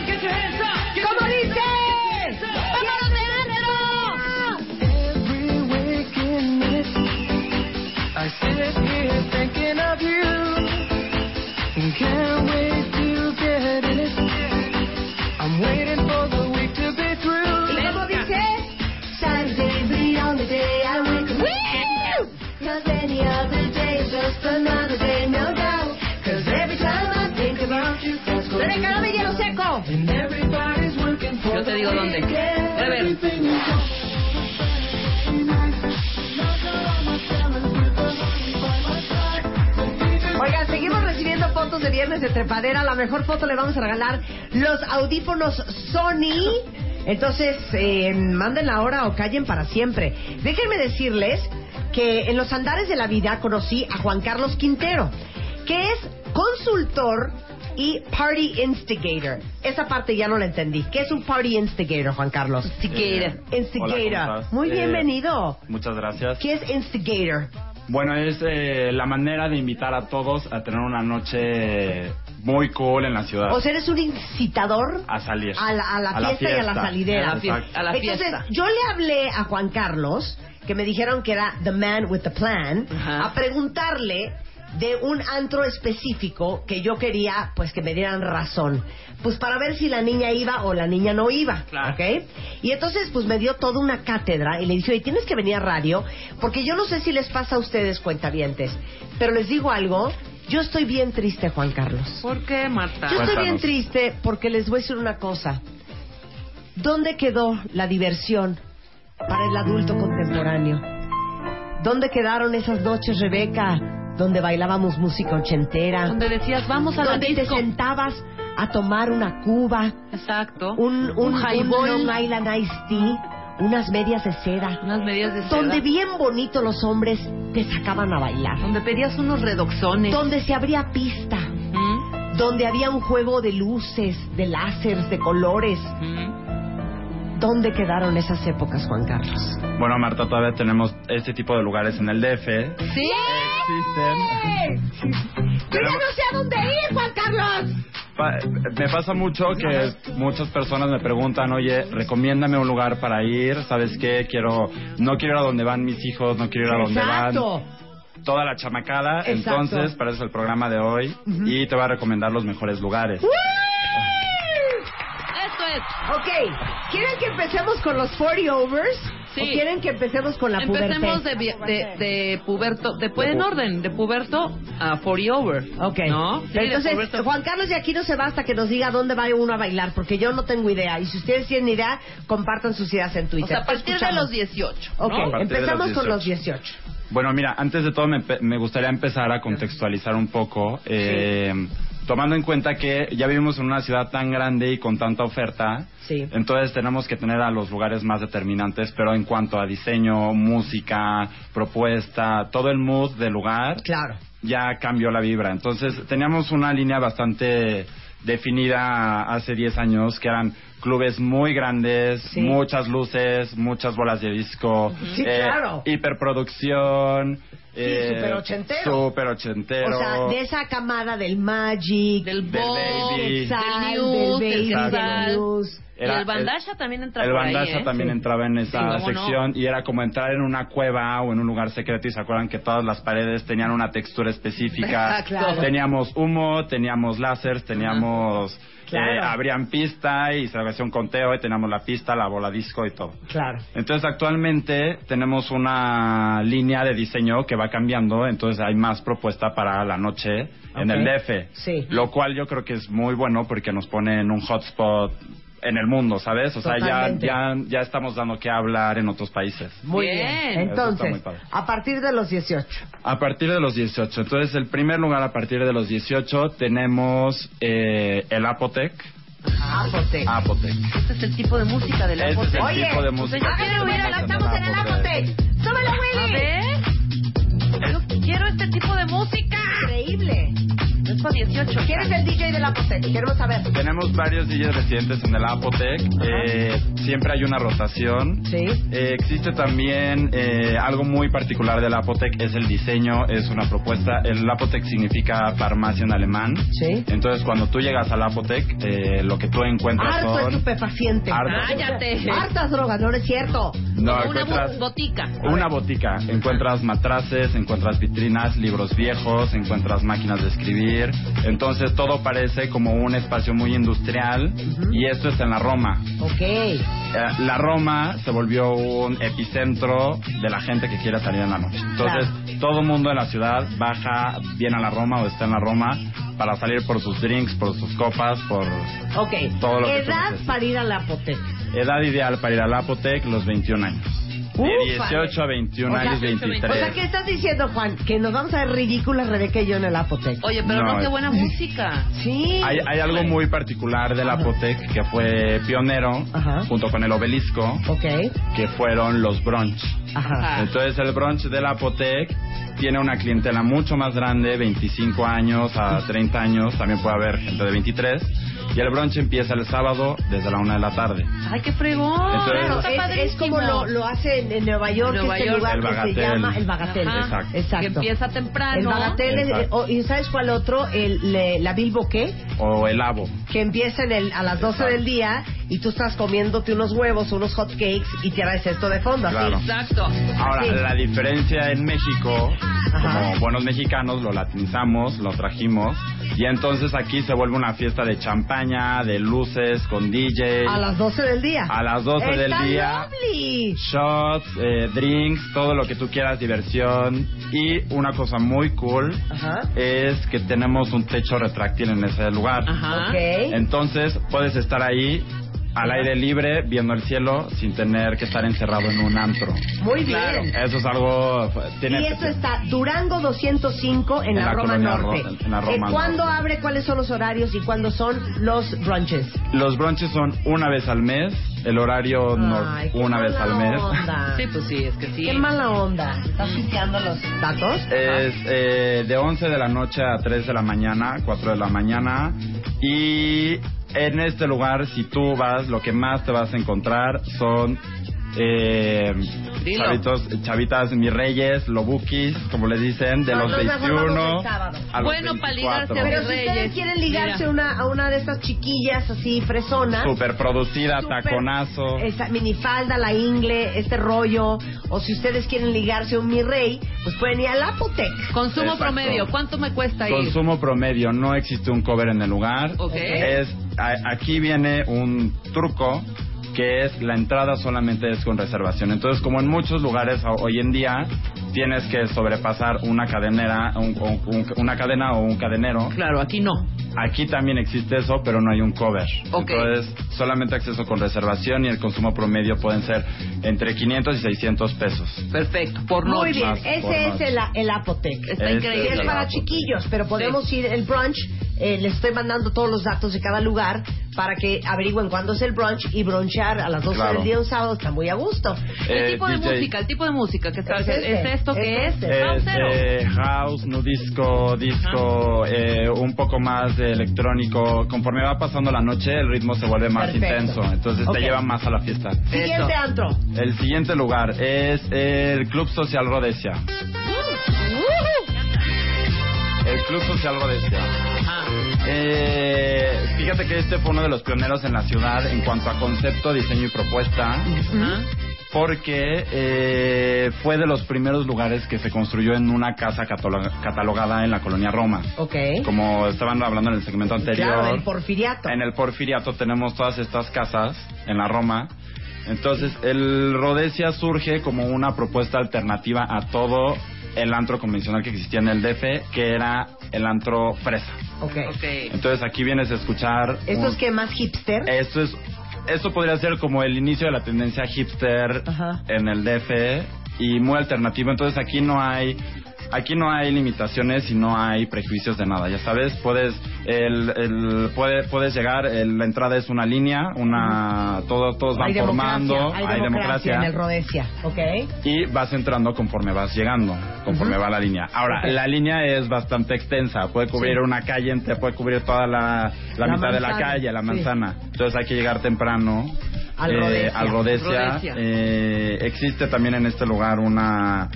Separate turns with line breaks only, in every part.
¿Cómo dice? ¡Vámonos de antro! ¿Y cómo dice? Saturday be on the day I wake up. Woo! Cause any other day is just another day, no doubt. Cause every time I think about you, that's what
¡Rebeca, no me hielo seco!
And everybody's working for
Yo te
the
digo dónde.
weekend.
A ver.
Everything you got.
Oigan, seguimos recibiendo fotos de viernes de trepadera. La mejor foto le vamos a regalar los audífonos Sony. Entonces, eh, manden la hora o callen para siempre. Déjenme decirles que en los andares de la vida conocí a Juan Carlos Quintero, que es consultor y party instigator. Esa parte ya no la entendí. ¿Qué es un party instigator, Juan Carlos?
Siquiera.
Instigator.
Eh, Hola, ¿cómo estás?
Muy
Eh,
bienvenido.
Muchas gracias.
¿Qué es instigator?
Bueno, es eh, la manera de invitar a todos a tener una noche muy cool en la ciudad.
O sea, eres un incitador
Ah. a salir.
a la, a la fiesta y a la salidera.
A la fiesta.
Exacto.
A la
Entonces,
fiesta.
yo le hablé a Juan Carlos, que me dijeron que era The Man with the Plan,
Ajá.
a preguntarle de un antro específico que yo quería, pues, que me dieran razón. Pues para ver si la niña iba o la niña no iba,
Claro.
¿ok? Y entonces, pues, me dio toda una cátedra y le dije, oye, tienes que venir a radio, porque yo no sé si les pasa a ustedes, cuentavientes, pero les digo algo, yo estoy bien triste, Juan Carlos.
¿Por qué, Marta?
Yo estoy bien
Cuéntanos.
triste porque les voy a decir una cosa. ¿Dónde quedó la diversión para el adulto contemporáneo? ¿Dónde quedaron esas noches, Rebeca, donde bailábamos música ochentera?
Donde decías, vamos a la
Donde te
disco.
sentabas a tomar una cuba,
Exacto.
un, un,
Un highball.
un Long Island Ice Tea, unas medias de seda.
Unas medias de seda.
Donde bien bonito los hombres te sacaban a bailar.
Donde pedías unos redoxones.
Donde se abría pista.
Mm,
donde había un juego de luces, de láseres, de colores.
mm.
¿Dónde quedaron esas épocas, Juan Carlos?
Bueno, Marta, todavía tenemos este tipo de lugares en el DF.
¿Sí?
Existen.
Yo ya no sé a dónde ir, Juan Carlos.
Pa- me pasa mucho que muchas personas me preguntan, oye, recomiéndame un lugar para ir, ¿sabes qué? Quiero, no quiero ir a donde van mis hijos, no quiero ir a donde van
Exacto.
toda la chamacada.
Exacto.
Entonces, para eso es el programa de hoy y te va a recomendar los mejores lugares.
Uh.
Esto es.
Ok, ¿quieren que empecemos con los 40 overs?
Sí.
¿O quieren que empecemos con la
Empecemos
pubertad?
de, vi- de, de puberto, de pues, en orden, de puberto a 40 over.
Ok.
¿No? Sí, de
Entonces,
puberto-
Juan Carlos de aquí no se basta que nos diga dónde va uno a bailar, porque yo no tengo idea. Y si ustedes tienen idea, compartan sus ideas en
o
Twitter.
sea, a partir de
Escuchamos.
los 18. ¿no?
Ok,
A partir de
empezamos
los
con los 18.
Bueno, mira, antes de todo me, pe- me gustaría empezar a contextualizar un poco, eh, tomando en cuenta que ya vivimos en una ciudad tan grande y con tanta oferta,
Sí.
entonces tenemos que tener a los lugares más determinantes, pero en cuanto a diseño, música, propuesta, todo el mood del lugar,
Claro.
ya cambió la vibra. Entonces teníamos una línea bastante definida hace 10 años, que eran clubes muy grandes,
Sí.
muchas luces, muchas bolas de disco, eh,
Sí, claro.
hiperproducción. eh,
súper ochentero.
súper ochentero.
O sea, de esa camada del Magic,
Del
Del
Vogue,
baby.
del
Sal, del
News, del
baby, del
Sexal.
news.
Y el bandasha también entra
el
por ahí,
bandasha
¿eh?
también
Sí.
entraba en
Sí,
esa
cómo
sección y era como entrar en una cueva o en un lugar secreto y se acuerdan que todas las paredes tenían una textura específica.
Ah, claro.
Teníamos humo, teníamos láseres, teníamos
Claro.
eh, abrían pista y se hacía un conteo y teníamos la pista, la bola disco y todo.
Claro.
Entonces actualmente tenemos una línea de diseño que va cambiando, entonces hay más propuesta para la noche en
Ok.
el DF,
Sí.
lo cual yo creo que es muy bueno porque nos pone en un hotspot en el mundo, ¿sabes? O sea, ya,
Totalmente.
ya, ya estamos dando que hablar en otros países.
Muy bien.
Bien.
Eso está
Entonces,
muy padre.
a partir de los 18.
A partir de los 18. Entonces, el primer lugar a partir de los 18 tenemos eh, el Apotec.
Apotec.
Apotec.
Este es el tipo de música de la pues,
Este es el
Oye,
tipo de música.
yo quiero ir a la-
estamos en el Apotec.
¡Súbelo,
A ver. Yo quiero este tipo de música.
Increíble.
Es para 18.
¿Quién es el DJ de la Apotec? Queremos saber.
Tenemos varios DJs residentes en el Apotec. Eh, siempre hay una rotación.
Sí.
Eh, existe también eh, algo muy particular del Apotec, es el diseño, es una propuesta. El Apotec significa farmacia en alemán.
Sí.
Entonces, cuando tú llegas al Apotec, eh, lo que tú encuentras
Harto
son...
estupefaciente.
Harto.
Cállate.
Hartas drogas, no, no es cierto.
No,
Como una
encuentras-
bo- botica.
Una botica. Encuentras matraces, encuentras vitrinas, libros viejos, encuentras máquinas de escribir. Entonces todo parece como un espacio muy industrial
Ujú.
y esto está en la Roma.
Ok.
Eh, La Roma se volvió un epicentro de la gente que quiere salir en la noche. Entonces todo mundo en la ciudad baja, viene a la Roma o está en la Roma para salir por sus drinks, por sus copas, por
Ok.
Todo lo que tú
Edad
dices.
para ir a la Apotec.
edad ideal para ir al Apotec los 21 años. De
Ufale.
18 a 21
O sea,
años, 23.
O sea, ¿qué estás diciendo, Juan? Que nos vamos a ver ridículas Rebeca y yo en el Apotec.
Oye, pero no,
No,
qué
es-
buena música.
Sí.
Hay, hay algo muy particular del Apotec que fue pionero
Ajá.
junto con el obelisco,
Ok.
que fueron los brunch.
Ajá.
Ah.
Entonces el brunch del Apotec tiene una clientela mucho más grande, 25 años a 30 años, también puede haber gente de 23. Y el brunch empieza el sábado desde la una de la tarde.
Ay, qué fregón.
Entonces-
Claro,
Está
es, es
padrísimo.
como lo, lo hacen en Nueva York,
Nueva
este
York.
lugar
El
que se
Bagatel.
llama el Bagatel.
Ajá.
Exacto.
Exacto.
Que empieza ah, temprano.
El Bagatel, es-
Exacto.
o- ¿y sabes cuál otro? El, le- la Bilbo qué?
O el abo.
que empieza en el- a las 12
Exacto.
del día y tú estás comiéndote unos huevos, unos hot cakes y te traes esto de fondo. así.
Claro.
Exacto.
Ahora,
Sí.
la diferencia en México, como buenos mexicanos, lo latinizamos, lo trajimos, y entonces aquí se vuelve una fiesta de champaña, de luces, con DJ,
A las 12 del día.
A las 12 del
Está
día.
lovely.
shots, eh, drinks, todo lo que tú quieras, diversión. Y una cosa muy cool
Ajá.
es que tenemos un techo retráctil en ese lugar.
Ajá.
Ok.
Entonces puedes estar ahí al aire libre, viendo el cielo, sin tener que estar encerrado en un antro.
Muy
Claro,
bien.
Eso es algo... fue- tiene-
Y eso está Durango 205 en,
En
la,
la
Roma
colonia
Norte.
Ro- en la
Eh,
Roma
¿Cuándo
Norte.
abre? ¿Cuáles son los horarios y cuándo son los brunches?
Los bronches son una vez al mes, el horario
Ay,
nor-
qué
una vez
mala
al mes.
onda.
Sí, pues sí, es que sí.
Qué mala onda. ¿Estás sitiando los datos?
Es eh, de 11 de la noche a 3 de la mañana, 4 de la mañana. Y en este lugar, si tú vas, lo que más te vas a encontrar son eh,
Dilo.
chavitos, chavitas, mis reyes, lobukis, como les dicen, de
No,
los
nos mejor vamos
21
el sábado.
a los
Bueno, pa' ligarse
24.
a
Pero
mis
si ustedes
Reyes.
quieren ligarse
Mira.
una, a una de estas chiquillas así fresonas,
Super producida,
Súper-
taconazo.
Esa minifalda, la ingle, este rollo. O si ustedes quieren ligarse a un mi rey, pues pueden ir al Apotec.
Consumo
Exacto.
promedio, ¿cuánto me cuesta ir?
Consumo promedio, no existe un cover en el lugar.
Ok.
Es, a- aquí viene un truco que es la entrada solamente es con reservación. Entonces, como en muchos lugares a- hoy en día, tienes que sobrepasar una cadenera, un- un- un- una cadena o un cadenero.
Claro, aquí no.
Aquí también existe eso, pero no hay un cover.
Ok.
Entonces, solamente acceso con reservación y el consumo promedio pueden ser entre 500 y 600 pesos.
Perfecto. Por noche.
Muy bien,
más, por
ese es
más.
el, el Apotec.
Está
Este
Y
increíble.
es
el
para
Apotec.
chiquillos, pero podemos ir el brunch. eh, les estoy mandando todos los datos de cada lugar para que averigüen cuándo es el brunch y bronchear a las 12
Claro.
del día un sábado está muy a gusto.
El
Eh,
tipo de
DJ.
música, el tipo de música que está,
Es
es,
este,
esto que
es
es,
este.
Es,
Pausero.
eh, house, no disco, disco, eh, un poco más de electrónico. Conforme va pasando la noche, el ritmo se vuelve más
Perfecto.
intenso. Entonces
Ok.
te lleva más a la fiesta.
Siguiente antro.
El siguiente lugar es el Club Social Rodesia.
Uh-huh.
El Club Social Rodesia.
Ajá.
Eh, fíjate que este fue uno de los pioneros en la ciudad en cuanto a concepto, diseño y propuesta.
Ajá.
porque eh, fue de los primeros lugares que se construyó en una casa catalo- catalogada en la colonia Roma.
Ok.
Como estaban hablando en el segmento anterior,
Claro, el porfiriato.
en el Porfiriato tenemos todas estas casas en la Roma. Entonces, el Rodesia surge como una propuesta alternativa a todo el antro convencional que existía en el DF, que era el antro fresa.
Ok.
Ah, Ok.
Entonces, aquí vienes a escuchar...
¿Estos
un- Eh,
que más hipster?
esto es esto podría ser como el inicio de la tendencia hipster
Ajá.
en el DF y muy alternativo. Entonces aquí no hay aquí no hay limitaciones y no hay prejuicios de nada. Ya sabes, puedes el, el- puede- puedes llegar. el- la entrada es una línea, una todo, todos van
hay
formando,
democracia, hay, democracia en el Rodesia, ¿ok?
y vas entrando conforme vas llegando, conforme va la línea. Ahora,
Ok.
la línea es bastante extensa, puede cubrir una calle, te puede cubrir toda la,
La
la mitad de la
manzana,
calle, la
sí.
manzana. Entonces hay que llegar temprano.
Al
eh,
Rodesia.
al Rodesia.
Rodesia.
Eh, existe también en este lugar una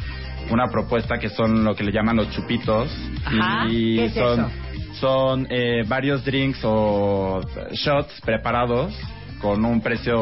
una propuesta que son lo que le llaman los chupitos
Ajá,
y
¿qué es
son
eso?
son eh, varios drinks o shots preparados con un precio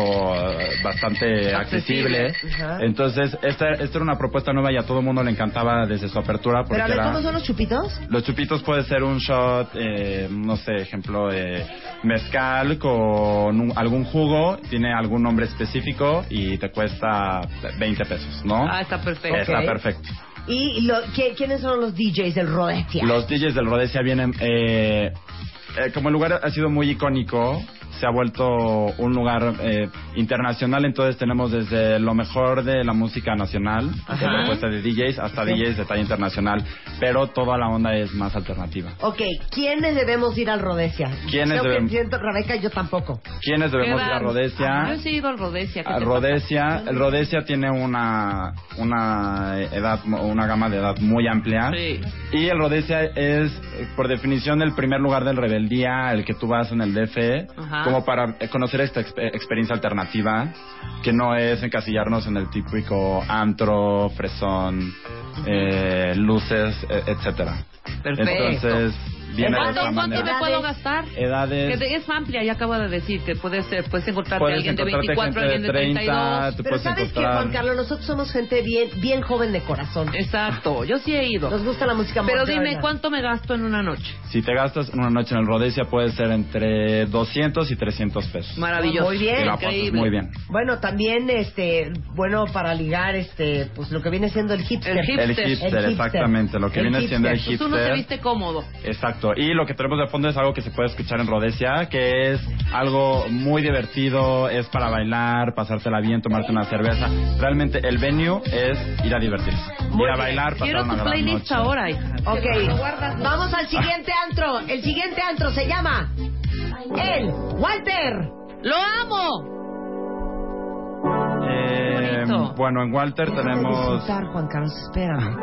eh, bastante
Accesible.
accesible.
Ajá.
Entonces, esta, esta era una propuesta nueva y a todo el mundo le encantaba desde su apertura. Porque
Pero a ver,
era-
¿cómo son los chupitos?
los chupitos puede ser un shot, eh, no sé, ejemplo, eh, mezcal con un- algún jugo, tiene algún nombre específico y te cuesta 20 pesos, ¿no?
Ah, está perfecto.
Está
ok.
perfecto.
¿Y lo- qué- quiénes son los DJs del Rodesia?
Los DJs del Rodesia vienen... eh, eh, como el lugar ha sido muy icónico, se ha vuelto un lugar eh, internacional, entonces tenemos desde lo mejor de la música nacional, de
Ajá.
propuesta de DJs, hasta DJs de talla internacional, pero toda la onda es más alternativa.
Ok, ¿quiénes debemos ir al Rodesia?
¿Quiénes
Creo
debemos?
que siento, Rebeca, yo tampoco.
¿Quiénes debemos ir a
Quedan-
Rodesia?
Ah, Yo sí he ido al Rodesia. ¿qué
A
te
Rodesia,
pasa?
el Rodesia tiene una una edad una gama de edad muy amplia
Sí.
y el Rodesia es eh, por definición el primer lugar del rebeldía el que tú vas en el DF
Ajá.
como para eh, conocer esta exp- experiencia alternativa que no es encasillarnos en el típico antro fresón eh, luces e- etcétera
Perfecto.
entonces viene de
¿Cuánto,
esta
cuánto
manera
me puedo gastar? Que
edades
te- es amplia, ya acabo de decir que puede ser, puedes encontrarte a
puedes
alguien de
encontrarte
24,
gente
alguien de
de 30 te
32.
Pero
puedes
¿sabes qué,
encontrar-
Juan Carlos? Nosotros somos gente bien, bien joven de corazón.
Exacto, yo sí he ido.
Nos gusta la música
Pero
moderna.
dime, ¿cuánto me gasto en una noche?
Si te gastas en una noche en el Rodesia puede ser entre 200 y 300 pesos.
Maravilloso.
Muy bien.
Te la pasas
increíble.
muy bien.
Bueno, también, este, bueno, para ligar, este, pues lo que viene siendo el hipster.
El hip-
El
Hipster.
hipster,
El hipster.
exactamente, lo que
El
viene siendo el
hipster.
Pues uno se
hipster.
viste cómodo.
Exacto, y lo que tenemos de fondo es algo que se puede escuchar en Rodesia, que es algo muy divertido, es para bailar, pasártela bien, tomarte una cerveza. Realmente el venue es ir a divertirse, ir a bailar, pasar
Quiero
una
tu
gran
playlist
noche.
ahora, hija.
Ok, vamos al siguiente antro. El siguiente antro se llama El Walter.
¡Lo amo!
Eh,
Qué bonito.
bueno, en Walter
Déjame
tenemos
disfrutar, Juan Carlos, espérame.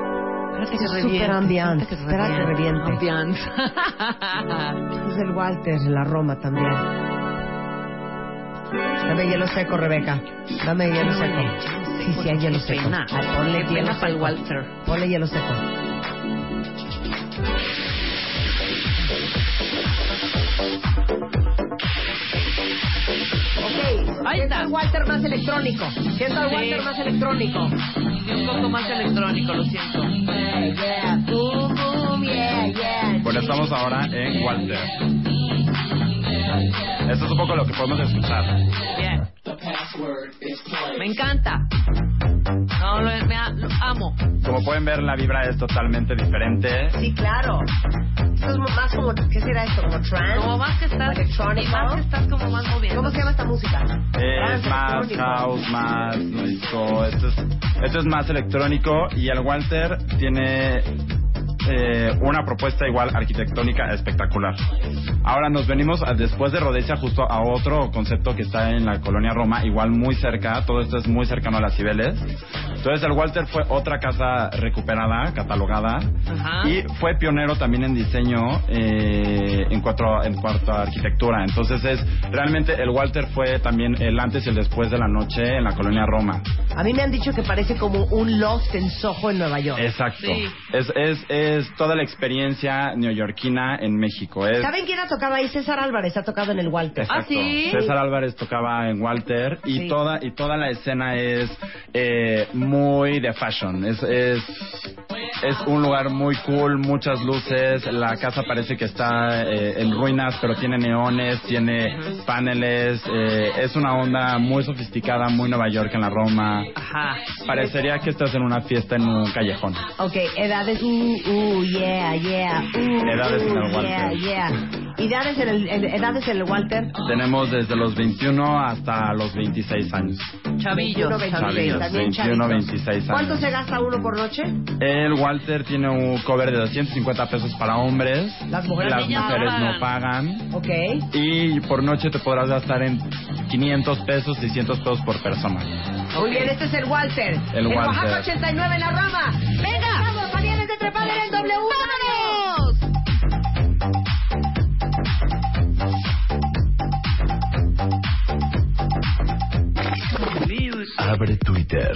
Espérate
que reviente, espérate que reviente.
Ambiance.
Es el Walter, la Roma también. Dame hielo seco, Rebeca. Dame hielo seco. Sí, sí, hay hielo
Qué
seco.
pena.
Ay, Ponle
Qué
hielo
pena para el
seco.
Walter.
Ponle hielo seco. Ok,
Ahí
siento
está.
al Walter más electrónico. Siento al
Sí.
Walter más electrónico.
Y un poco más electrónico, lo siento.
Bueno, estamos ahora en Walter. Esto es un poco lo que podemos escuchar.
Bien. Me encanta. No, lo, me, a- lo amo.
Como pueden ver, la vibra es totalmente diferente.
Sí, claro. Esto es más como, ¿qué será esto? Como trans.
Como más que estás,
Electrónico.
y más que estás como más moviendo.
¿Cómo se llama esta música?
Es
Trance
más
electrónico.
house, más disco. Esto es, esto es más electrónico y el Walter tiene eh, una propuesta igual arquitectónica espectacular. Ahora nos venimos a- después de Rodesia justo a otro concepto que está en la colonia Roma, igual muy cerca. Todo esto es muy cercano a las Cibeles. Entonces el Walter fue otra casa recuperada, catalogada.
Ajá.
Y fue pionero también en diseño eh, en, cuatro, en cuanto a arquitectura. Entonces es realmente el Walter fue también el antes y el después de la noche en la colonia Roma.
A mí me han dicho que parece como un loft en Soho en Nueva York.
Exacto.
Sí.
Es, es, es toda la experiencia neoyorquina en México. Es,
¿Saben quién ha tocado ahí? César Álvarez ha tocado en el Walter.
Ah, ¿sí?
César Álvarez tocaba en Walter y
Sí.
toda y toda la escena es eh, muy de fashion. Es, es Es un lugar muy cool, muchas luces. La casa parece que está eh, en ruinas, pero tiene neones, tiene paneles. eh, es una onda muy sofisticada, muy Nueva York en la Roma.
Ajá.
Parecería que estás en una fiesta en un callejón.
Ok, edades, uh, uh, yeah, yeah, uh,
Edades en el
uh, yeah,
Walter.
yeah. Edades en el, en- edades en el Walter.
Tenemos desde los 21 hasta los 26 años.
Chavillo.
21, 26,
Chavillos,
también
21,
chavitos.
26 años.
¿Cuánto se gasta uno por noche?
El Walter tiene un cover de 250 pesos para hombres.
Las mujeres
Las
no
mujeres
pagan.
no pagan.
Ok.
Y por noche te podrás gastar en 500 pesos, 600 pesos por persona.
Muy bien, este es el Walter.
El
En
Walter.
Oaxaca 89 en la Roma. ¡Venga! ¡Vamos, Fabián, es de trepadera en W! ¡Vámonos!
Abre Twitter.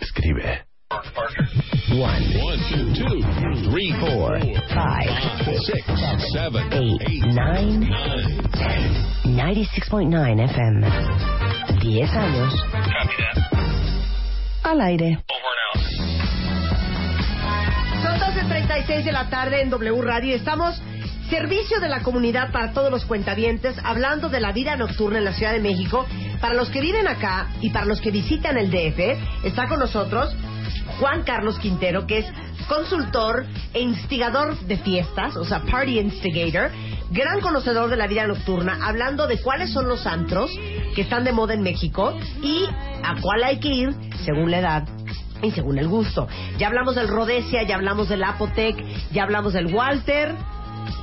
Escribe. One, three, four, five, six, seven, eight, nine,
96.9 FM. 10 años. Al aire. Son 12.36 de la tarde en W Radio. Estamos servicio de la comunidad para todos los cuentavientes, hablando de la vida nocturna en la Ciudad de México. Para los que viven acá y para los que visitan el DF, está con nosotros Juan Carlos Quintero, que es consultor e instigador de fiestas, o sea, party instigator, gran conocedor de la vida nocturna, hablando de cuáles son los antros que están de moda en México y a cuál hay que ir según la edad y según el gusto. Ya hablamos del Rhodesia, ya hablamos del Apotec, ya hablamos del Walter.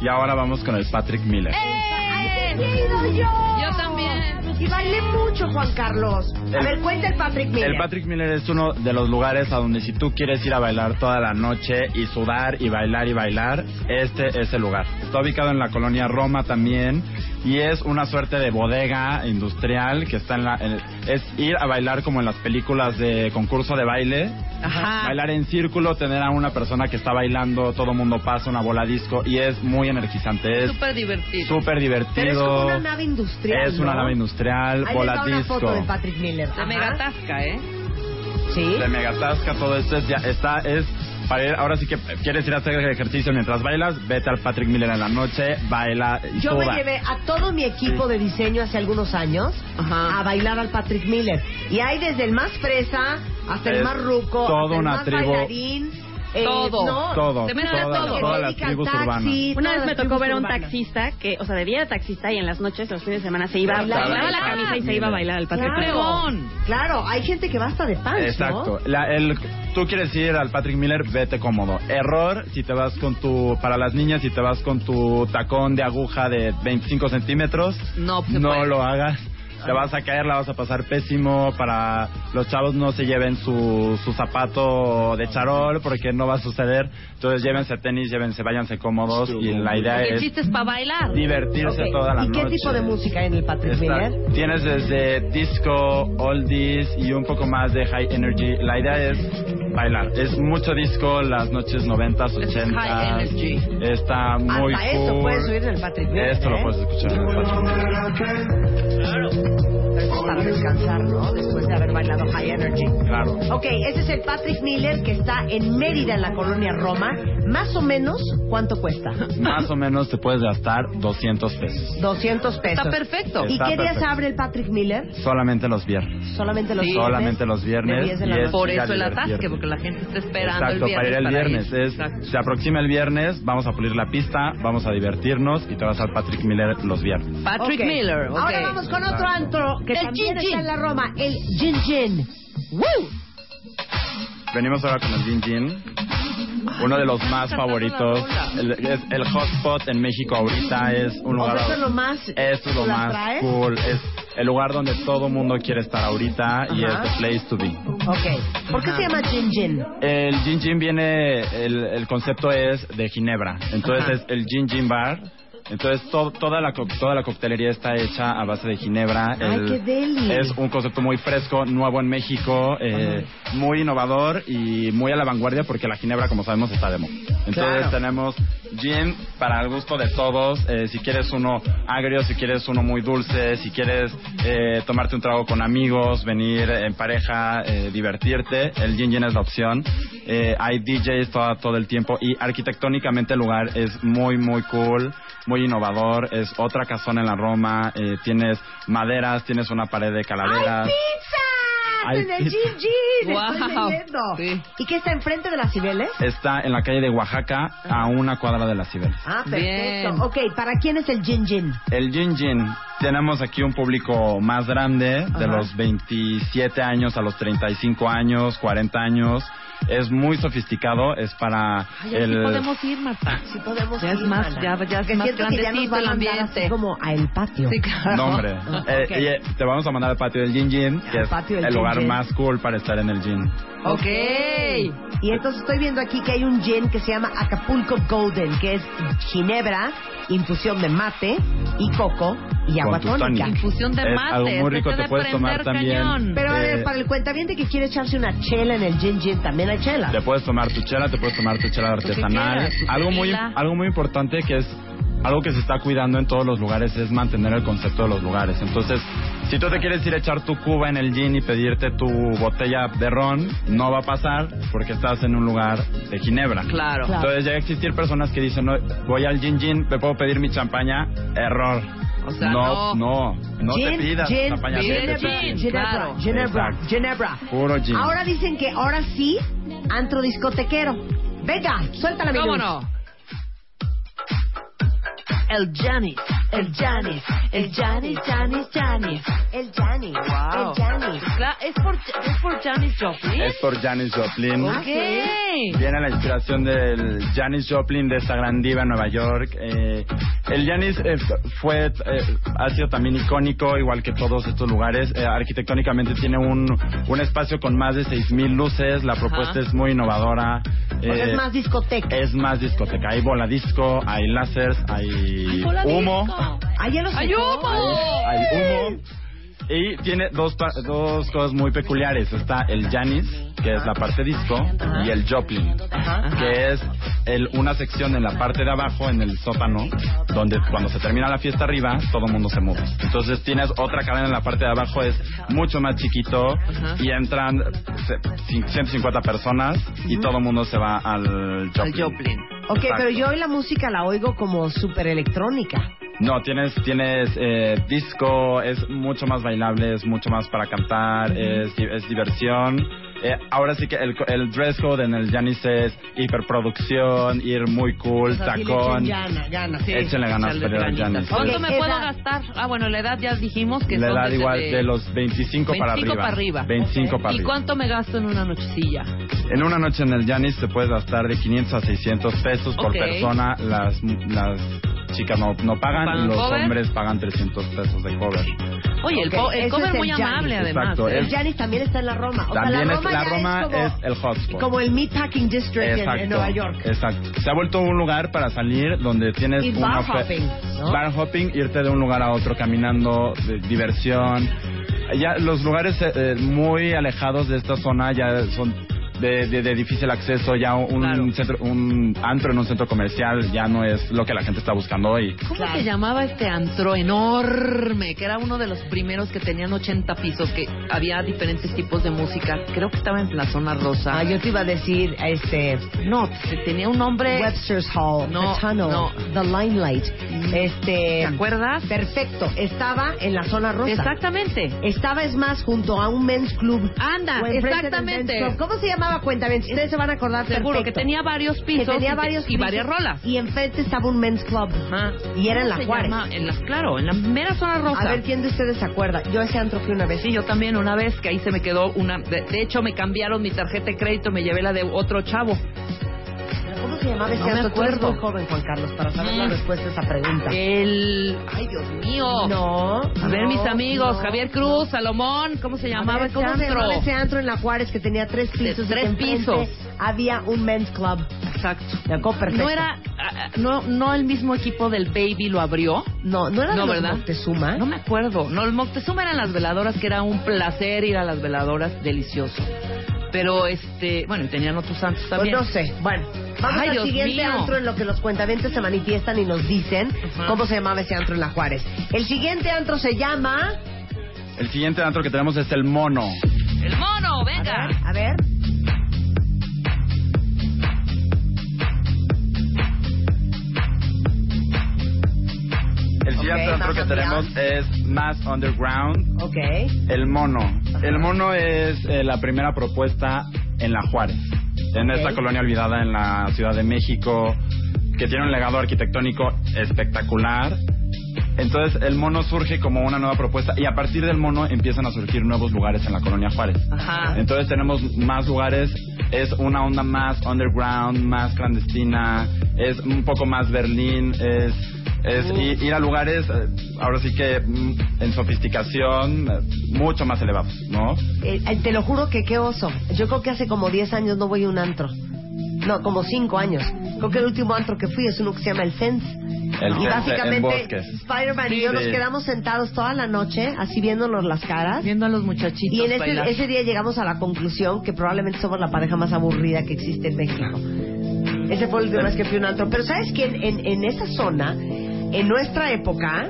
Y ahora vamos con el Patrick Miller.
¡He ido yo!
Yo también.
Y bailé mucho, Juan Carlos. A
El-
ver, cuenta el Patrick Miller.
El Patrick Miller es uno de los lugares a donde si tú quieres ir a bailar toda la noche y sudar y bailar y bailar, este es el lugar. Está ubicado en la colonia Roma también y es una suerte de bodega industrial que está en la... en- es ir a bailar como en las películas de concurso de baile.
Ah.
Ajá.
Bailar en círculo, tener a una persona que está bailando, todo mundo pasa una bola disco y es muy energizante, es
Súper divertido.
súper divertido.
Pero es como una nave industrial.
Es una
¿no?
nave industrial,
Ahí les
bola
va una
disco.
foto de Patrick Miller.
La
Ajá.
megatasca, ¿eh?
Sí.
de Megatasca, todo esto es, ya está, es para ir, ahora sí que quieres ir a hacer ejercicio mientras bailas, vete al Patrick Miller en la noche, baila y
Yo me
suda.
llevé a todo mi equipo de diseño hace algunos años
Ajá.
a bailar al Patrick Miller. Y hay desde el más fresa hasta el
Es
más ruco,
toda
hasta el
una
más
tribu.
bailarín. eh,
Todo.
no,
todo,
Te meten a
todas,
todo.
todas las tribus urbanas.
Una vez me tocó ver a un
taxi
taxista que, o sea, de día era taxista y en las noches, los fines de semana, se iba,
Bailaba.
bailaba la camisa y se iba a bailar al Patrick
Claro.
León.
Claro, hay gente que basta de pan.
Exacto. La- el, tú quieres ir al Patrick Miller, vete cómodo. Error si te vas con tu, para las niñas, si te vas con tu tacón de aguja de 25 centímetros,
No, se
no
puede.
lo hagas. Te vas a caer, la vas a pasar pésimo. Para los chavos no se lleven su, su zapato de charol porque no va a suceder. Entonces llévense tenis, llévense, váyanse cómodos y la idea
Porque el
es
chiste es para bailar.
divertirse toda la
¿Y qué
noche.
tipo de música hay en el Patrick
Está-
Miller?
tienes desde disco, oldies y un poco más de high energy. La idea es bailar. Es mucho disco las noches 90s,
Es
80s.
high energy.
Está muy
Hasta eso
cool.
puedes subir en el Patrick Miller.
Esto
¿eh?
lo puedes escuchar en el Patrick Miller.
Pero esto es para descansar, ¿no? Después de haber bailado High Energy.
Claro.
Ok, ese es el Patrick Miller que está en Mérida, en la colonia Roma. Más o menos, ¿cuánto cuesta?
Más o menos te puedes gastar 200 pesos.
200 pesos.
Está perfecto.
¿Y
Está
qué días
perfecto.
abre el Patrick Miller?
Solamente los viernes.
Solamente los
Sí.
viernes.
Solamente los viernes
De 10 de
y
la
es-
noche.
Por
ir a
eso el
divertirte.
atasque, porque la gente está esperando
Exacto,
el
para ir
viernes.
el viernes. Es-
Exacto.
se aproxima el viernes, vamos a pulir la pista, vamos a divertirnos y te vas al Patrick Miller los viernes.
Patrick
Ok.
Miller. ok.
Ahora vamos con otro antro que
El
también
Gin
está
Gin.
en la Roma, el Gin Gin. ¡Woo!
Venimos ahora con el Jin Jin, uno de los más favoritos. El, es el hotspot en México ahorita es un
O
lugar.
sea, eso es lo más-
Eso es lo
¿Las
más
traes?
cool. Es el lugar donde todo mundo quiere estar ahorita y es
Ajá.
the place to be.
Ok. ¿Por qué
Ajá.
se llama Gin Gin?
El gin gin viene, el, el concepto es de Ginebra, entonces
Ajá.
es el gin gin bar. Entonces to- toda la co- toda la coctelería está hecha a base de ginebra.
Ay,
El-
qué deli.
Es un concepto muy fresco, nuevo en México, eh, muy innovador y muy a la vanguardia porque la ginebra, como sabemos, está de moda. Entonces
Claro.
tenemos gin para el gusto de todos. eh, si quieres uno agrio, si quieres uno muy dulce, si quieres eh, tomarte un trago con amigos, venir en pareja, eh, divertirte, el gin gin es la opción. Eh, hay DJs todo, todo el tiempo y arquitectónicamente el lugar es muy, muy cool, muy innovador. Es otra casona en la Roma, eh, tienes maderas, tienes una pared de calaveras.
¡Pizzas!
Ay,
En el
pizza.
Gin Gin. Estoy
Guau.
leyendo.
Sí.
¿Y qué está enfrente de las Cibeles?
Está en la calle de Oaxaca, a una cuadra de las Cibeles.
Ah, perfecto.
Bien.
Ok, ¿para quién es el Gin Gin?
El Gin Gin, tenemos aquí un público más grande, de
Ajá.
los 27 años a los 35 años, 40 años. Es muy sofisticado, es para
Ay, ahora sí
el...
podemos ir, Marta.
Si podemos
Ya es
ir,
más-
mana.
ya- ya es
Porque
más
siento que ya nos
grandecito
van
el
a mandar así
ambiente.
como a el patio.
Sí, claro.
Nombre. Eh,
ok.
eh, te vamos a mandar al patio del Gin Gin, que
Al
es
patio
el
del Gin
lugar
Gin.
más cool para estar en el gin.
Ok.
Y entonces estoy viendo aquí que hay un gin que se llama Acapulco Golden, que es ginebra, infusión de mate y coco y agua
Con tu
tónica.
tónica.
Infusión de
Es
mate.
algo muy rico,
se
te
de
puedes tomar
prender
también.
cañón.
Pero a ver,
Eh,
para el cuentaviente que quiere echarse una chela en el gin gin, también hay chela.
Te puedes tomar tu chela, te puedes tomar tu chela
que
artesanal.
quieras, tu
algo muy
tequila.
algo muy importante que es algo que se está cuidando en todos los lugares es mantener el concepto de los lugares. Entonces, si tú te quieres ir a echar tu cuba en el gin y pedirte tu botella de ron, no va a pasar porque estás en un lugar de Ginebra.
Claro.
Entonces llega a existir personas que dicen, no, voy al gin gin, me puedo pedir mi champaña, error.
O sea,
no, no, no te
Gin,
pidas
gin,
champaña.
gin,
vete tu
Ginebra,
gin,
Ginebra,
claro.
Ginebra,
Exacto.
Ginebra.
Puro gin.
Ahora dicen que ahora sí, antro discotequero. Venga, suéltala, mi
¿Cómo
Luz.
no?
El Janis, el Janis, el Janis, Janis, Janis. El Janis,
Wow.
el Janis.
Cla- es por, es por Janis Joplin.
Es por Janis Joplin.
Ok.
Viene la inspiración del Janis Joplin de esta gran diva en Nueva York. Eh, el Janis eh, fue, eh, ha sido también icónico, igual que todos estos lugares. Eh, arquitectónicamente tiene un, un espacio con más de 6.000 luces. La propuesta es muy
O
innovadora.
sea,
Eh,
es más discoteca.
es más discoteca. Hay bola disco, hay lásers, hay
Hola,
humo.
disco.
Ayer los
¡Ay, humo!
Hay humo. Y tiene dos, pa- dos cosas muy peculiares. Está el Janis, que es la parte disco, y el Joplin, que es el- una sección en la parte de abajo, en el sótano, donde cuando se termina la fiesta arriba, todo el mundo se mueve. Entonces tienes otra cadena en la parte de abajo, es mucho más chiquito, y entran se- cin- 150 personas y todo el mundo se va al Joplin.
Joplin.
Ok,
Exacto.
pero yo hoy la música la oigo como súper electrónica.
No, tienes, tienes eh, disco, es mucho más bailable, es mucho más para cantar, es, di- es diversión. Eh, ahora sí que el, co- el dress code en el Janis es hiperproducción, ir muy cool, tacón.
Gana, gana.
Sí,
Échenle ganas
échale
pero al
ganitas.
Janis.
Ok,
¿Cuánto me
edad.
puedo gastar? Ah, bueno, la edad ya dijimos que
Le
son
da
desde
igual
de-
de los 25, para
25
arriba.
para arriba.
25 para
¿Y
arriba.
cuánto me gasto en una nochecilla?
En una noche en el Janis te puedes gastar de 500 a 600 pesos por
Ok.
persona. Las, las chicas no, no pagan,
¿Pagan
los
cover?
hombres pagan 300 pesos de cover.
Oye, el,
Ok,
co- el
eso
cover
es el
muy
Janis.
amable, además.
Exacto,
¿eh?
El Janis también está en la Roma. O
También
sea, la
es,
Roma,
la
ya
Roma
es como,
es, el hotspot.
como el Meatpacking District en- en,
Exacto,
Nueva York.
Exacto. Se ha vuelto un lugar para salir donde tienes
Y
una
bar
ofe-
hopping, ¿no?
bar hopping, irte de un lugar a otro caminando, de- diversión. Ya los lugares eh, eh, muy alejados de esta zona ya son de, de- de difícil acceso, ya un
Claro.
centro, un antro en un centro comercial ya no es lo que la gente está buscando hoy.
¿Cómo se llamaba este antro enorme? Que era uno de los primeros que tenían 80 pisos, que había diferentes tipos de música. Creo que estaba en la zona rosa.
Ah, yo te iba a decir, este,
No, se tenía un nombre.
Webster's Hall,
No,
The Tunnel,
no.
The Limelight. Este,
¿Te acuerdas?
Perfecto, estaba en la zona rosa.
Exactamente.
Estaba, es más, junto a un men's club.
Anda,
Ah,
O enfrente del
exactamente.
men's club. ¿Cómo se llamaba cuenta? Ustedes se van a acordar
Seguro que
perfecto.
tenía varios
Que
pisos
tenía
y, te-
varios
y varias
pisos,
rolas.
Y enfrente estaba un men's club.
Ajá.
Y era en
¿Cómo
la
se
Juárez.
llama? En las, claro, en la mera zona rosa.
A ver quién de ustedes se acuerda. Yo a ese antro fui una vez.
Sí, yo también una vez que ahí se me quedó una. De, de hecho, me cambiaron mi tarjeta de crédito, me llevé la de otro chavo.
¿Cómo se se llamaba ese
No me
antro? Tú eres
acuerdo.
muy joven, Juan Carlos, para saber la
Mm.
respuesta a esa pregunta.
El. Ay, Dios mío.
No.
A ver,
no,
mis amigos,
no.
Javier Cruz, Salomón, ¿cómo se
A
llamaba
ver,
este ese
¿cómo se llamaba
antro?
ese antro en la Juárez que tenía tres pisos? y
tres
que enfrente
pisos.
Había un men's club.
Exacto.
Me acuerdo perfecto.
No era, ah, ah, no, no el mismo equipo del Baby lo abrió.
No, no era
No,
de los
¿verdad?
Moctezuma.
No me acuerdo. No, el Moctezuma eran las veladoras, que era un placer ir a las veladoras, delicioso. Pero este, bueno, y tenían otros santos
Pues
también.
no sé. Bueno, vamos
Ay,
al
Dios
siguiente
mío.
antro en lo que los cuentavientes se manifiestan y nos dicen
Ajá.
cómo se llamaba ese antro en la Juárez. El siguiente antro se llama...
El siguiente antro que tenemos es el mono.
El mono,
A
venga.
ver, a ver.
El siguiente
Ok,
antro
más
que
underground.
tenemos es más underground.
Ok.
El mono. El mono es eh, la primera propuesta en la Juárez, en
Ok.
esta colonia olvidada en la Ciudad de México, que tiene un legado arquitectónico espectacular. Entonces el mono surge como una nueva propuesta y a partir del mono empiezan a surgir nuevos lugares en la colonia Juárez.
Ajá.
Entonces tenemos más lugares, es una onda más underground, más clandestina, es un poco más Berlín, es, es
Uh.
i- ir a lugares, eh, ahora sí que mm, en sofisticación, eh, mucho más elevados, ¿no?
Eh, eh, te lo juro que qué oso. Yo creo que hace como 10 años no voy a un antro. No, como 5 años. Creo que el último antro que fui es uno que se llama El Sense.
El
y
Sense, en
básicamente
bosques.
Spider-Man y yo
Sí.
nos quedamos sentados toda la noche, así viéndonos las caras.
Viendo a los muchachitos
Y en este,
bailar.
ese, ese día llegamos a la conclusión que probablemente somos la pareja más aburrida que existe en México. Ese fue el último vez que fui a un antro. Pero ¿sabes quién? En, en esa zona, en nuestra época,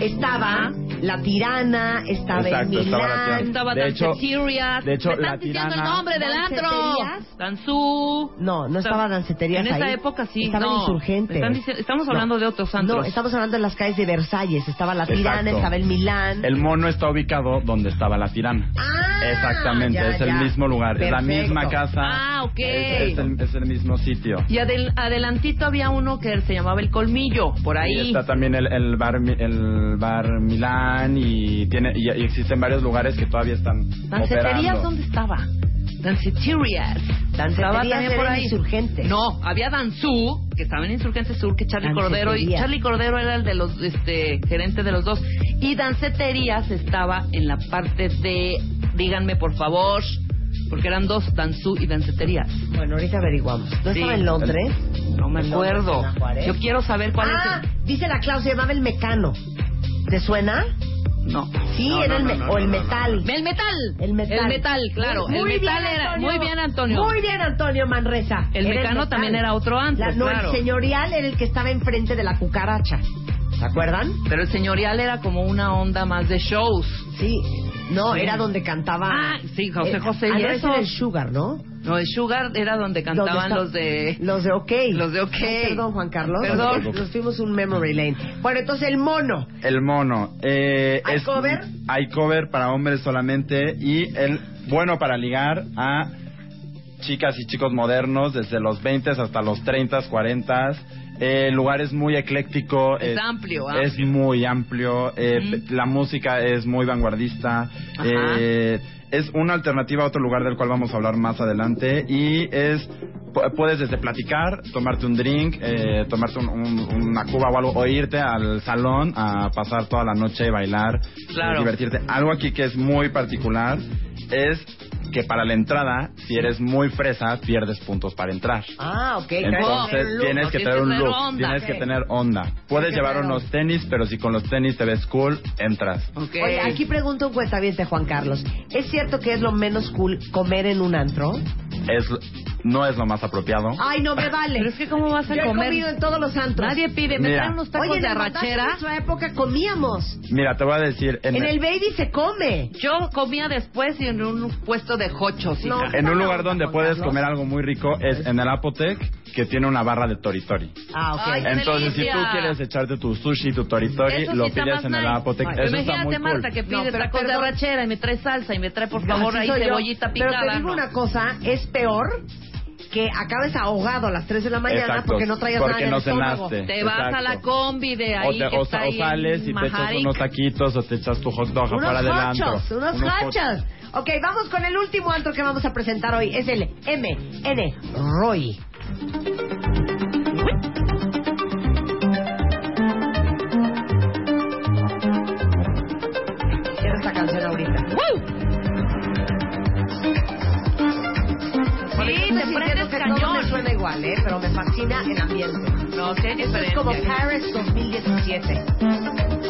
estaba La Tirana, estaba el
Exacto, estaba La
Milán.
Tirana.
Estaba
De hecho-
Danceterias.
de hecho,
¿Me estás
la
diciendo el
tirana-
nombre del antro.
¿Danceterías?
Danzú.
No, no
O sea,
estaba dancetería.
En esa época sí.
Estaba
no.
insurgente.
Me están dici- estamos hablando de otros antros.
No, estamos hablando de las calles de Versalles. Estaba la
Exacto.
Tirana, estaba el Milán.
El mono está ubicado donde estaba la tirana.
Ah,
Exactamente,
ya,
es el
ya.
mismo lugar, es la
Perfecto.
misma casa.
Ah, ok.
Es, es el, es el mismo sitio.
Y adel- adelantito había uno que se llamaba El Colmillo, por
Y
ahí.
está también el, el bar Mi- el bar Milán y tiene y, y existen varios lugares que todavía están
¿Danceterías
operando.
dónde estaba? Danceterias. Estaba
Danceterías
también
era
por
en
ahí.
Insurgente.
No, había Danzú, que estaba en Insurgente Sur, que Charlie Cordero. Y
Danceterías.
Charlie Cordero era el de los, este, gerente de los dos. Y Danceterías estaba en la parte de, díganme por favor, porque eran dos, Danzú y Danceterías.
Bueno, ahorita averiguamos. ¿No
Sí.
estaba en Londres?
No me
¿En Londres,
acuerdo.
en la Juárez?
Yo quiero saber cuál
ah,
es
dice la Claus, se llamaba el Mecano. ¿Te suena?
el... No.
Sí,
No,
era
no,
el
no,
me-
no,
o el
no, no,
metal.
El metal.
El metal.
El metal, claro.
Muy
el
bien,
metal era.
Antonio.
Muy bien, Antonio.
Muy bien, Antonio Manresa.
El
Era
Mecano
metal.
también era otro antro,
La- no,
claro.
el señorial era el que estaba enfrente de la cucaracha. ¿Se acuerdan?
Pero el señorial era como una onda más de shows.
Sí. No,
Sí.
era donde cantaba.
Ah, sí, José José y
ah, no, ese
eso.
era el Sugar, ¿no?
No, el Sugar era donde
Donde
cantaban
está-
los de...
Los de OK.
Los de OK.
Ay, perdón, Juan Carlos.
Perdón.
Nos fuimos un memory lane. Bueno, entonces el mono.
El mono. eh,
¿Hay
es-
cover?
Hay cover para hombres solamente y el bueno para ligar a chicas y chicos modernos desde los 20 hasta los 30, 40. El lugar es muy ecléctico.
Es amplio,
Es
amplio.
muy amplio. eh,
Ujú.
pe- La música es muy vanguardista.
Ajá.
eh, es una alternativa a otro lugar del cual vamos a hablar más adelante. Y es. pu- Puedes desde platicar, tomarte un drink, eh, tomarte un- un- una cuba o algo, o irte al salón a pasar toda la noche, bailar,
Claro.
y divertirte. Algo aquí que es muy particular es que para la entrada, si eres muy fresa, pierdes puntos para entrar.
Ah, ok.
Entonces
look,
tienes
no
que tener
tienes que
un
tener
look,
onda.
tienes que
Sí.
tener onda. Puedes
que
llevar
tener
unos tenis, pero si con los tenis te ves cool, entras.
Ok.
Oye, aquí pregunta un cuentaviente, Juan Carlos. ¿Es cierto que es lo menos cool comer en un antro?
Es, no es lo más apropiado.
Ay, no me vale.
Pero es que cómo vas a
Yo he
comer.
comido en todos los antros.
Nadie pide. Me
Mira.
traen unos tacos
Oye, en
de
el Montaje En
arrachera.
nuestra época comíamos.
Mira, te voy a decir, en,
En
el-
el baby se come.
Yo comía después y en un puesto de jochos. hija.
No,
en un lugar
onda,
donde
Juan
puedes
Carlos.
comer algo muy rico es en el Apotec, que tiene una barra de toritori.
Ah, ok.
Ay,
Entonces, si tú
delicia!
quieres echarte tu sushi, tu toritori,
Eso sí
lo
está
pides
más
en el
nice.
Apotec.
Ay,
Eso está muy
Imagínate,
cool.
Marta, que
No,
pide
pero
tacos de
perdón.
arrachera y me trae salsa y me trae, por favor,
Así
ahí
soy yo.
cebollita picada.
Pero te digo
¿no?
una cosa, es peor que acabes ahogado a las 3 de la mañana
Exacto,
porque no traías
porque
nada en
no
el estómago.
cenaste.
Te vas
Exacto.
a la combi de
O,
ahí
te-
que
o
está
sa- o
ahí
sales y te echas
Majaric.
unos taquitos o te echas tu hot dog
Unos
para adelante.
hachos, unos hachos. Ok, vamos con el último antro que vamos a presentar hoy. Es el MN Roy. Quiero esta canción ahorita. Bueno, yo
Sí,
estoy
te
sintiendo
prendes
que todo me
cañón.
suena igual, ¿eh? Pero me fascina el ambiente.
No, sí
Esto
hay
es
diferencia.
como Paris 2017.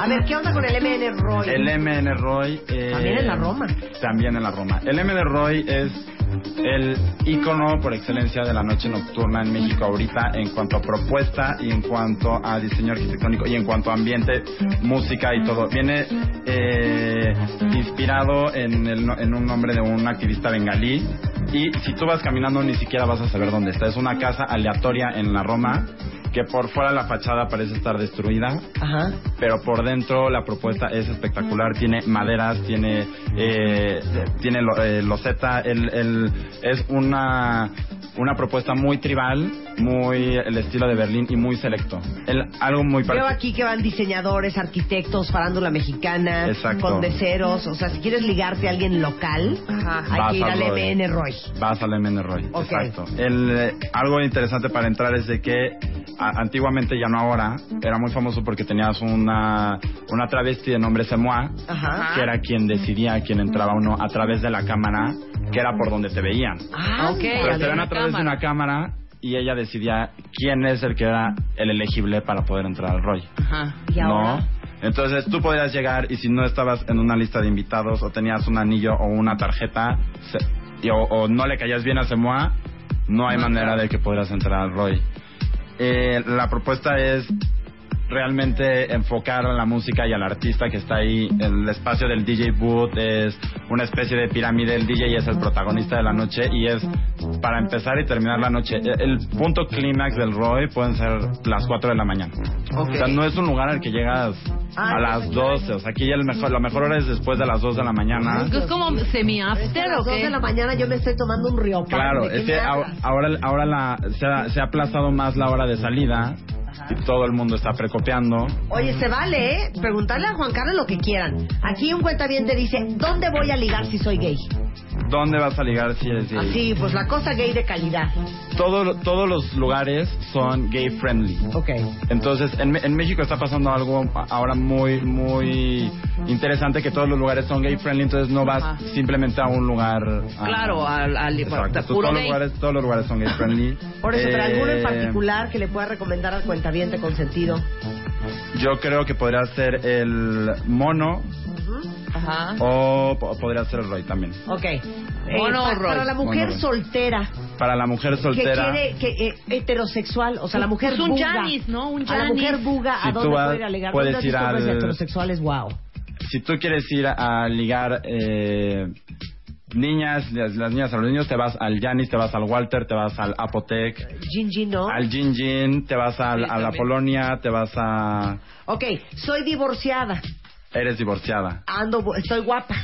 A ver, ¿qué onda con el MN Roy?
El MN Roy. eh,
También en la Roma.
También en la Roma. El MN Roy es el ícono por excelencia de la noche nocturna en México ahorita en cuanto a propuesta y en cuanto a diseño arquitectónico y en cuanto a ambiente, música y todo. Viene eh, inspirado en, el no- en un nombre de un activista bengalí y si tú vas caminando ni siquiera vas a saber dónde está. Es una casa aleatoria en la Roma que por fuera la fachada parece estar destruida,
Ajá.
pero por dentro la propuesta es espectacular. Tiene maderas, tiene eh, tiene lo- eh, loseta, el, el- es una una propuesta muy tribal, muy el estilo de Berlín y muy selecto. El, algo muy
Veo
parecido.
aquí que van diseñadores, arquitectos, farándula mexicana,
Exacto.
condeceros. O sea, si quieres ligarte a alguien local, hay
Vas
que ir
a
al
Roy.
MN Roy.
Vas al MN Roy.
Ok.
Exacto. El, eh, algo interesante para entrar es de que a- antiguamente, ya no ahora, era muy famoso porque tenías una, una travesti de nombre Semoa,
Ajá.
que era quien decidía a quién entraba o no a través de la cámara, que era por donde te veían.
Ah,
ok.
ándale.
Pero te ven
una
a través de una cámara y ella decidía quién es el que era el elegible para poder entrar al Roy.
Ajá.
¿Y ahora?
No. Entonces tú podías llegar y si no estabas en una lista de invitados o tenías un anillo o una tarjeta se- y o, o no le caías bien a Semoa, no hay manera de que pudieras entrar al Roy. Eh, la propuesta es realmente enfocar a la música y al artista que está ahí. El espacio del DJ booth es una especie de pirámide. El DJ es el protagonista de la noche y es para empezar y terminar la noche. Eh, El punto clímax del Roy pueden ser las 4 de la mañana. O sea, no es un lugar al que llegas
Ah,
a las 12. O sea, aquí el mejor, la mejor hora es después de las 2 de la mañana.
¿Es como
Este, a
semi-after
las
o
dos
qué?
de la mañana yo me estoy tomando un río.
Claro, este es que ahora, ahora- ahora la, se, ha, se ha aplazado más la hora de salida y todo el mundo está precopiando.
Oye, se vale, ¿eh? Preguntarle a Juan Carlos lo que quieran. Aquí un cuentaviente dice, ¿dónde voy a ligar si soy gay?
¿Dónde vas a ligar si eres gay?
Así, pues la cosa gay de calidad.
Todo- todos los lugares son gay friendly.
Ok.
Entonces, en, Me- en México está pasando algo a- ahora muy, muy interesante que todos los lugares son gay friendly, entonces no vas
Ajá.
simplemente a un lugar. a-
Claro, al, al
Ah. Exacto.
al-
Entonces,
puro
todos, los
gay.
lugares, todos los lugares son gay friendly.
Por eso, pero
Eh,
alguno en particular que le pueda recomendar al cuentaviente consentido.
Yo creo que podría ser el mono
Ajá.
o po- podría ser el Roy también.
Ok.
Mono
Eh, pa-
o Roy.
para la mujer
Mono.
soltera
Para la mujer
que
soltera.
quiere que eh, heterosexual, o sea, la mujer
Pues un
buga.
Janis, ¿no? Un
A la
Janis.
mujer buga,
Si
¿a
tú
dónde
vas,
puede ir a ligar?
puedes
¿Dónde has
ir
visto hombres
al-
heterosexuales? Wow.
si tú quieres ir a, a ligar eh, niñas, las, las niñas a los niños, te vas al Janis, te vas al Walter, te vas al Apotec,
Gin, gin, ¿no?
al Gin Gin, te vas al-
Sí,
a la
también.
Polonia, te vas a...
Ok, soy divorciada.
Eres divorciada.
ando bu- estoy guapa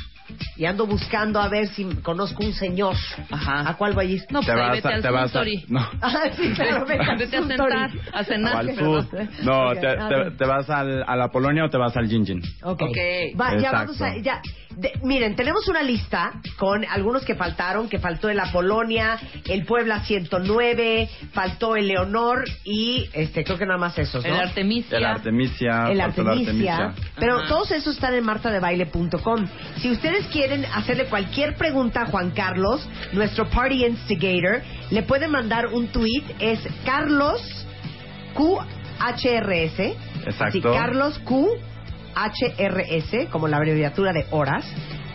y ando buscando a ver si conozco un señor.
Ajá.
¿A cuál voy a ir?
No, pues
te
ahí
vas
vete
a...
al
Te vas a
Suntory.
no.
Ah, sí, claro, vete al
Vete a
Suntory.
sentar, a cenar.
o al
perdón.
food. No,
Ok,
te,
ah,
te-
bien.
te vas al- a la Polonia o te vas al Gin Gin.
Ok.
Ok.
Va, ya
Exacto.
vamos a. Ya. De- miren, tenemos una lista con algunos que faltaron, que faltó el Apolonia, el Puebla 109, faltó el Leonor y este creo que nada más esos, ¿no?
El Artemisia.
El Artemisia.
el
faltó la
Artemisia. Pero
Ajá.
todos esos están en martadebaile.com. Si ustedes quieren hacerle cualquier pregunta a Juan Carlos, nuestro party instigator, le pueden mandar un tweet. Es Carlos QHRS.
Exacto.
Así, Carlos QHRS, como la abreviatura de horas.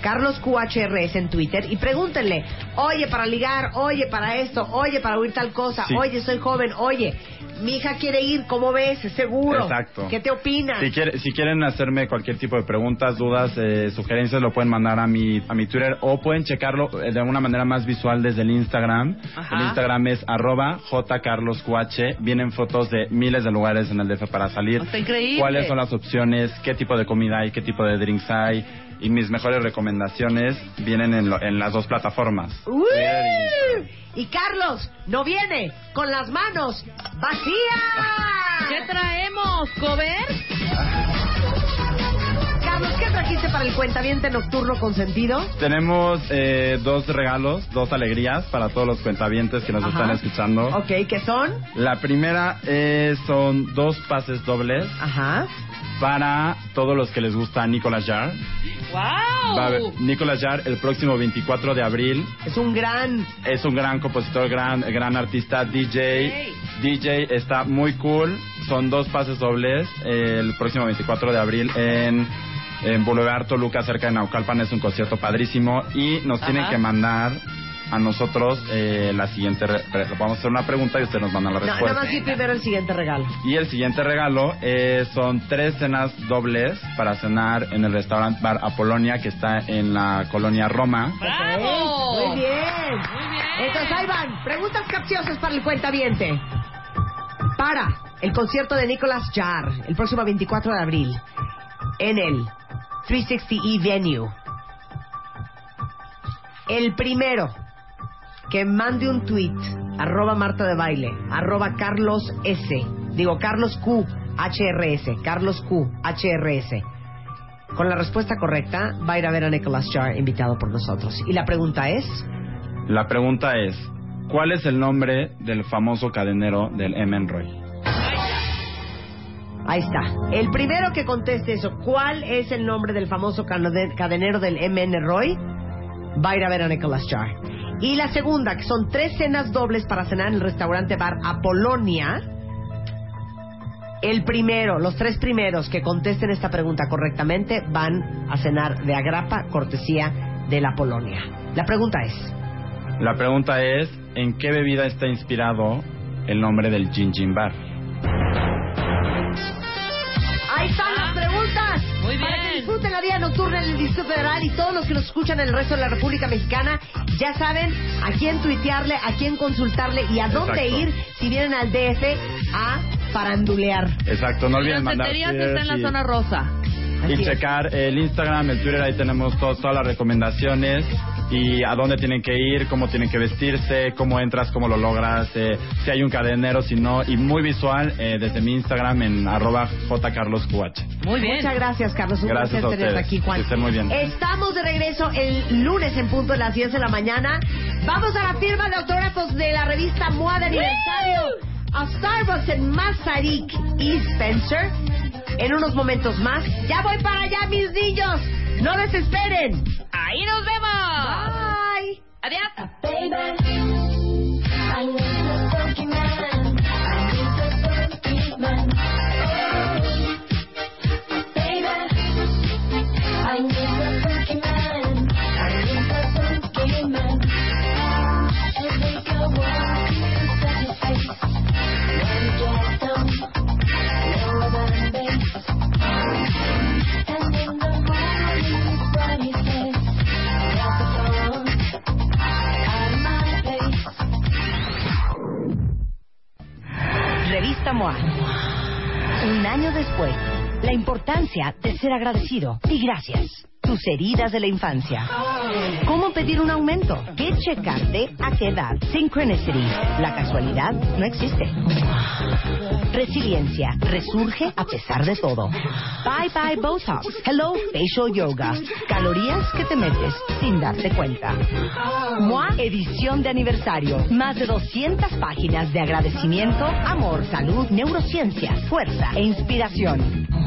Carlos QHRS en Twitter y pregúntenle, oye para ligar, oye para esto, oye para oír tal cosa,
Sí.
oye soy joven, oye, mi hija quiere ir, ¿cómo ves? ¿Es seguro? seguro.
Exacto.
¿Qué te opinas?
Si, quiere- si quieren hacerme cualquier tipo de preguntas, dudas, eh, sugerencias, lo pueden mandar a mi, a mi Twitter o pueden checarlo eh, de una manera más visual desde el Instagram.
Ajá.
El Instagram es arroba jcarlosqh. Vienen fotos de miles de lugares en el DF para salir.
Oh, Está increíble.
¿Cuáles son las opciones? ¿Qué tipo de comida hay? ¿Qué tipo de drinks hay? Y mis mejores recomendaciones vienen en, lo- en las dos plataformas.
¡Uy! Y Carlos no viene con las manos vacías.
¿Qué traemos, cover?
Carlos, ¿qué traes? trajiste para el cuentaviente nocturno consentido?
Tenemos eh, dos regalos, dos alegrías para todos los cuentavientes que nos
Ajá.
están escuchando.
Ok, ¿qué son?
La primera eh, son dos pases dobles
Ajá.
para todos los que les gusta Nicolas Jar. Va a haber-
¡Wow!
Nicolas Jar el próximo 24 de abril
Es un gran.
es un gran compositor, gran, gran artista, DJ. DJ está muy cool. Son dos pases dobles eh, el próximo 24 de abril en, en Boulevard Toluca, cerca de Naucalpan. Es un concierto padrísimo. Y nos tienen
Ajá.
que mandar a nosotros eh, la siguiente. re- re- vamos a hacer una pregunta y ustedes nos mandan la
No,
respuesta.
nada más di primero el siguiente regalo.
Y el siguiente regalo eh, son tres cenas dobles para cenar en el restaurante Bar Apolonia que está en la colonia Roma.
¡Bravo!
Ok, Muy bien.
Muy bien.
Entonces ahí van. Preguntas capciosas para el cuentaviente. Para el concierto de Nicolas Jar el próximo 24 de abril en el 360E Venue. El primero que mande un tweet arroba Marta de Baile, arroba Carlos S, digo Carlos Q, HRS, Carlos Q, HRS. Con la respuesta correcta va a ir a ver a Nicolas Jar invitado por nosotros. Y la pregunta es,
La pregunta es, ¿cuál es el nombre del famoso cadenero del M. Roy?
Ahí está. El primero que conteste eso, ¿cuál es el nombre del famoso canode- cadenero del MN Roy? Va a ir a ver a Nicolas Jar. Y la segunda, que son tres cenas dobles para cenar en el restaurante bar Apolonia. El primero, los tres primeros que contesten esta pregunta correctamente van a cenar de agrapa, cortesía de la Polonia. La pregunta es,
La pregunta es, ¿en qué bebida está inspirado el nombre del Gin Gin Bar?
Ahí están las preguntas.
Muy bien.
Para que disfruten la vida nocturna en el Distrito Federal y todos los que nos escuchan en el resto de la República Mexicana ya saben a quién tuitearle, a quién consultarle y a dónde
Exacto.
ir si vienen al DF a farandulear.
Exacto, no olviden
Las
mandar
teterías está en la
y-
zona rosa.
Así
y
es.
checar el Instagram, el Twitter, ahí tenemos todas- todas las recomendaciones y a dónde tienen que ir, cómo tienen que vestirse, cómo entras, cómo lo logras, eh, si hay un cadenero, si no, y muy visual eh, desde mi Instagram en arroba jcarlosqh.
Muy bien.
Muchas gracias, Carlos. Un
Gracias a
placer tenerte
ustedes.
aquí, Juan.
Que estén muy bien.
Estamos de regreso el lunes en punto de las 10 de la mañana. Vamos a la firma de autógrafos de la revista MOA de aniversario a Starbucks en Mazarik y Spencer. En unos momentos más. Ya voy para allá, mis niños. No desesperen.
Ahí nos vemos.
Bye.
Adiós.
Baby, I need the funky man. I need the funky man. Oh, baby, I need the funky man. I need the funky man. And they go walking inside your face. When you get them, lower than bass. And in the morning, what he says. Got the phone. Out of my place.
Revista MOA. Un año después, la importancia de ser agradecido y gracias. Tus heridas de la infancia. ¿Cómo pedir un aumento? ¿Qué checarte? ¿A qué edad? Synchronicity. La casualidad no existe. Resiliencia. Resurge a pesar de todo. Bye bye Botox. Hello Facial Yoga. Calorías que te metes sin darte cuenta. MOA edición de aniversario. Más de 200 páginas de agradecimiento, amor, salud, neurociencia, fuerza e inspiración.